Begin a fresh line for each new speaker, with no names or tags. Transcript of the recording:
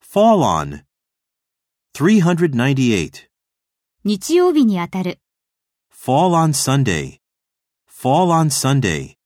fall on. 398.
日曜日にあたる。
Fall on Sunday. Fall on Sunday.